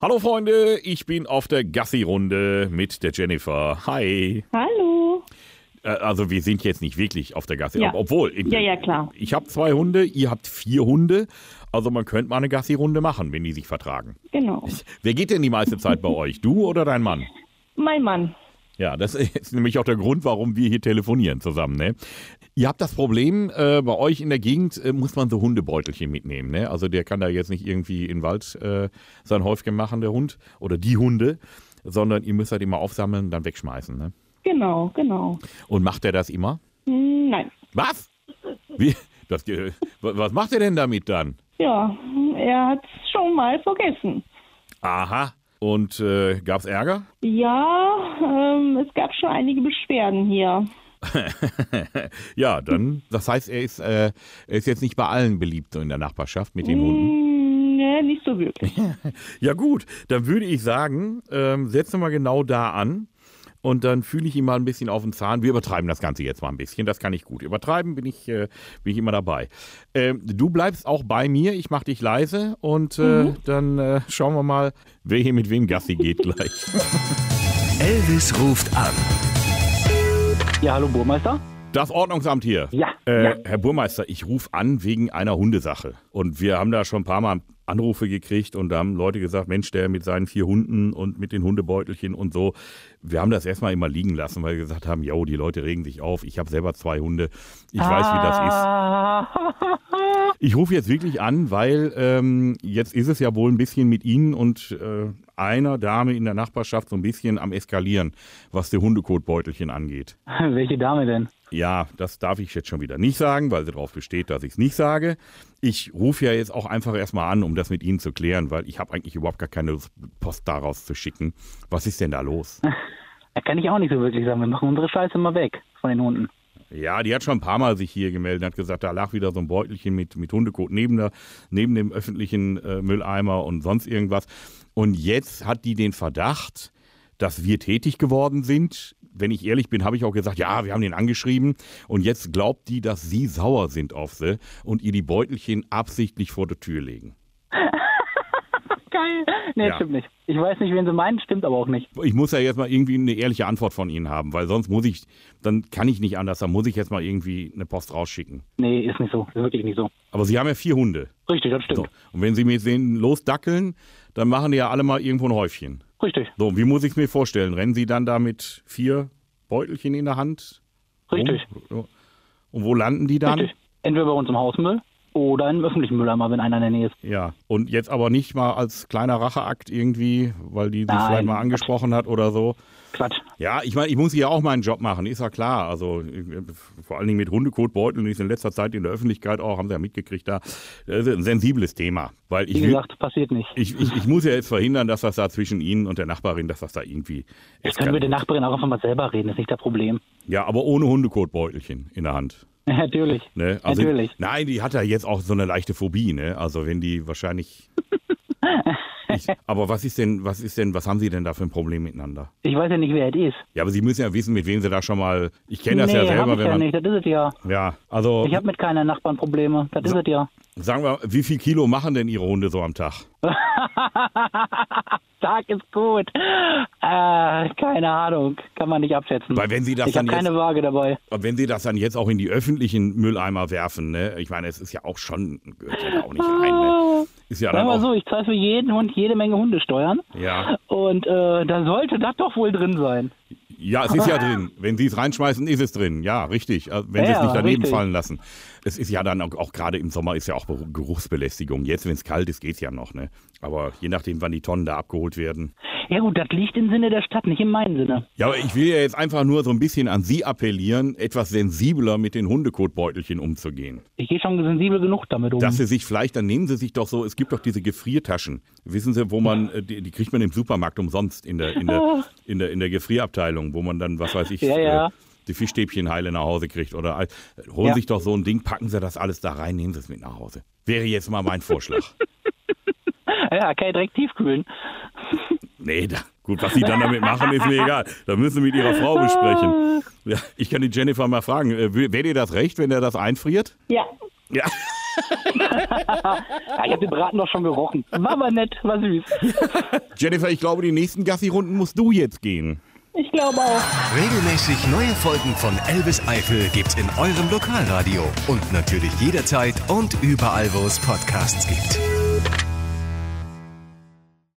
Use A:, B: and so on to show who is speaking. A: Hallo Freunde, ich bin auf der Gassi-Runde mit der Jennifer. Hi.
B: Hallo.
A: Äh, Also wir sind jetzt nicht wirklich auf der Gassi,
B: Ja.
A: ob- obwohl. in-
B: Ja, ja, klar.
A: Ich habe zwei Hunde, ihr habt vier Hunde. Also man könnte mal eine Gassi-Runde machen, wenn die sich vertragen.
B: Genau.
A: Wer geht denn die meiste Zeit bei euch? Du oder dein Mann?
B: Mein Mann.
A: Ja, das ist nämlich auch der Grund, warum wir hier telefonieren zusammen. Ne? Ihr habt das Problem, äh, bei euch in der Gegend äh, muss man so Hundebeutelchen mitnehmen. Ne? Also der kann da jetzt nicht irgendwie in den Wald äh, sein Häufchen machen, der Hund oder die Hunde, sondern ihr müsst halt immer aufsammeln, dann wegschmeißen. Ne?
B: Genau, genau.
A: Und macht er das immer?
B: Hm, Nein.
A: Was? Wie? Das, ge- wa- was macht er denn damit dann?
B: Ja, er hat es schon mal vergessen.
A: Aha. Und äh, gab's Ärger?
B: Ja, ähm, es gab schon einige Beschwerden hier.
A: ja, dann. Das heißt, er ist, äh, er ist jetzt nicht bei allen beliebt so in der Nachbarschaft mit den Hunden.
B: Hm, nee, nicht so wirklich.
A: Ja gut, dann würde ich sagen, ähm, setzen wir genau da an. Und dann fühle ich ihn mal ein bisschen auf den Zahn. Wir übertreiben das Ganze jetzt mal ein bisschen. Das kann ich gut. Übertreiben bin ich, äh, bin ich immer dabei. Ähm, du bleibst auch bei mir. Ich mache dich leise. Und äh, dann äh, schauen wir mal, wer hier mit wem Gassi geht gleich.
C: Elvis ruft an.
D: Ja, hallo Burmeister.
A: Das Ordnungsamt hier.
D: Ja,
A: Äh,
D: ja.
A: Herr Burmeister, ich rufe an wegen einer Hundesache. Und wir haben da schon ein paar Mal Anrufe gekriegt und da haben Leute gesagt, Mensch, der mit seinen vier Hunden und mit den Hundebeutelchen und so. Wir haben das erstmal immer liegen lassen, weil wir gesagt haben, jo, die Leute regen sich auf. Ich habe selber zwei Hunde. Ich weiß, wie das ist.
D: Ah.
A: Ich rufe jetzt wirklich an, weil ähm, jetzt ist es ja wohl ein bisschen mit Ihnen und äh, einer Dame in der Nachbarschaft so ein bisschen am Eskalieren, was die Hundekotbeutelchen angeht.
D: Welche Dame denn?
A: Ja, das darf ich jetzt schon wieder nicht sagen, weil sie darauf besteht, dass ich es nicht sage. Ich rufe ja jetzt auch einfach erstmal an, um das mit Ihnen zu klären, weil ich habe eigentlich überhaupt gar keine Lust, Post daraus zu schicken. Was ist denn da los?
D: Da kann ich auch nicht so wirklich sagen. Wir machen unsere Scheiße mal weg von den Hunden.
A: Ja, die hat schon ein paar Mal sich hier gemeldet, hat gesagt, da lag wieder so ein Beutelchen mit, mit Hundekot neben, der, neben dem öffentlichen äh, Mülleimer und sonst irgendwas. Und jetzt hat die den Verdacht, dass wir tätig geworden sind. Wenn ich ehrlich bin, habe ich auch gesagt, ja, wir haben den angeschrieben. Und jetzt glaubt die, dass sie sauer sind auf sie und ihr die Beutelchen absichtlich vor der Tür legen.
D: Geil. Nee,
A: Ja.
D: stimmt nicht. Ich weiß nicht, wen sie meinen, stimmt aber auch nicht.
A: Ich muss ja jetzt mal irgendwie eine ehrliche Antwort von Ihnen haben, weil sonst muss ich, dann kann ich nicht anders, dann muss ich jetzt mal irgendwie eine Post rausschicken.
D: Nee, ist nicht so. Ist wirklich nicht so.
A: Aber Sie haben ja vier Hunde.
D: Richtig, das stimmt.
A: So. Und wenn Sie mir sehen, losdackeln, dann machen die ja alle mal irgendwo ein Häufchen.
D: Richtig,
A: So, wie muss ich es mir vorstellen? Rennen Sie dann da mit vier Beutelchen in der Hand? rum?
D: richtig,
A: So. Und wo landen die dann?
D: richtig. Entweder bei uns im Hausmüll oder im öffentlichen Mülleimer, wenn einer in der Nähe ist.
A: Ja. Und jetzt aber nicht mal als kleiner Racheakt irgendwie, weil die sich
D: Nein.
A: vielleicht mal angesprochen hat oder so.
D: Quatsch.
A: Ja, ich meine, ich muss hier auch meinen Job machen, ist ja klar. Also äh, vor allen Dingen mit Hundekotbeuteln ist in letzter Zeit in der Öffentlichkeit auch, haben Sie ja mitgekriegt da. Das ist ein sensibles Thema. Weil ich
D: Wie
A: will-
D: gesagt, passiert nicht.
A: Ich, ich, ich muss ja jetzt verhindern, dass das da zwischen Ihnen und der Nachbarin, dass das da irgendwie
D: Jetzt können wir der Nachbarin auch einfach mal selber reden, ist nicht das Problem.
A: Ja, aber ohne Hundekotbeutelchen in der Hand.
D: Natürlich.
A: Ne?
D: Natürlich.
A: Nein, die hat ja jetzt auch so eine leichte Phobie, ne? Also wenn die wahrscheinlich. ich, aber was ist denn, was ist denn, was haben Sie denn da für ein Problem miteinander?
D: Ich weiß ja nicht, wer es ist.
A: Ja, aber Sie müssen ja wissen, mit wem Sie da schon mal. Ich kenne das
D: nee,
A: ja
D: hab
A: selber,
D: ich
A: wenn
D: ja
A: man.
D: nicht. Das ist es ja.
A: Ja, also
D: Ich habe mit keiner Nachbarn Probleme. Das ist es ja.
A: sagen wir, wie viel Kilo machen denn Ihre Hunde so am Tag?
D: Tag ist gut. Äh, keine Ahnung, kann man nicht abschätzen.
A: Weil wenn Sie das
D: ich
A: dann
D: habe
A: jetzt-
D: keine Waage dabei.
A: Aber wenn sie das dann jetzt auch in die öffentlichen Mülleimer werfen, ne? Ich meine, es ist ja auch schon, gehört ja da auch nicht rein, ne? Ist ja dann
D: Sagen wir
A: auch,
D: so, ich zahle für jeden Hund jede Menge Hundesteuern.
A: Ja.
D: Und äh, da sollte das doch wohl drin sein.
A: ja, es ist ja drin. Wenn sie es reinschmeißen, ist es drin. Ja, richtig. Also, Wenn sie es
D: Ja,
A: nicht daneben
D: richtig.
A: fallen lassen. Es ist ja dann auch, auch gerade im Sommer ist ja auch Be- Geruchsbelästigung. Jetzt, wenn es kalt ist, geht's ja noch, ne? Aber je nachdem, wann die Tonnen da abgeholt werden.
D: Ja gut, das liegt im Sinne der Stadt, nicht in meinem Sinne.
A: Ja, aber ich will ja jetzt einfach nur so ein bisschen an Sie appellieren, etwas sensibler mit den Hundekotbeutelchen umzugehen.
D: Ich gehe schon sensibel genug damit um.
A: dass sie sich vielleicht, dann nehmen sie sich doch so, es gibt doch diese Gefriertaschen. Wissen Sie, wo man, äh, die, die kriegt man im Supermarkt umsonst in der, in der, in der, in der Gefrierabteilung, wo man dann, was weiß ich,
D: Ja, ja.
A: Äh, die Fischstäbchen heile nach Hause kriegt. Oder all- äh, holen
D: Ja.
A: sich doch so ein Ding, packen sie das alles da rein, nehmen sie es mit nach Hause. Wäre jetzt mal mein Vorschlag.
D: ja, kann ich direkt tiefkühlen.
A: Nee, da, gut, was sie dann damit machen, ist mir egal. Da müssen sie mit ihrer Frau besprechen. Ja, ich kann die Jennifer mal fragen, äh, wäre dir das recht, wenn er das einfriert?
B: Ja,
A: Ja.
D: Ja, ich habe den Braten doch schon gerochen. War aber nett, war süß.
A: Jennifer, ich glaube, die nächsten Gassi-Runden musst du jetzt gehen.
B: Ich glaube auch.
C: Regelmäßig neue Folgen von Elvis Eifel gibt's in eurem Lokalradio und natürlich jederzeit und überall, wo es Podcasts gibt.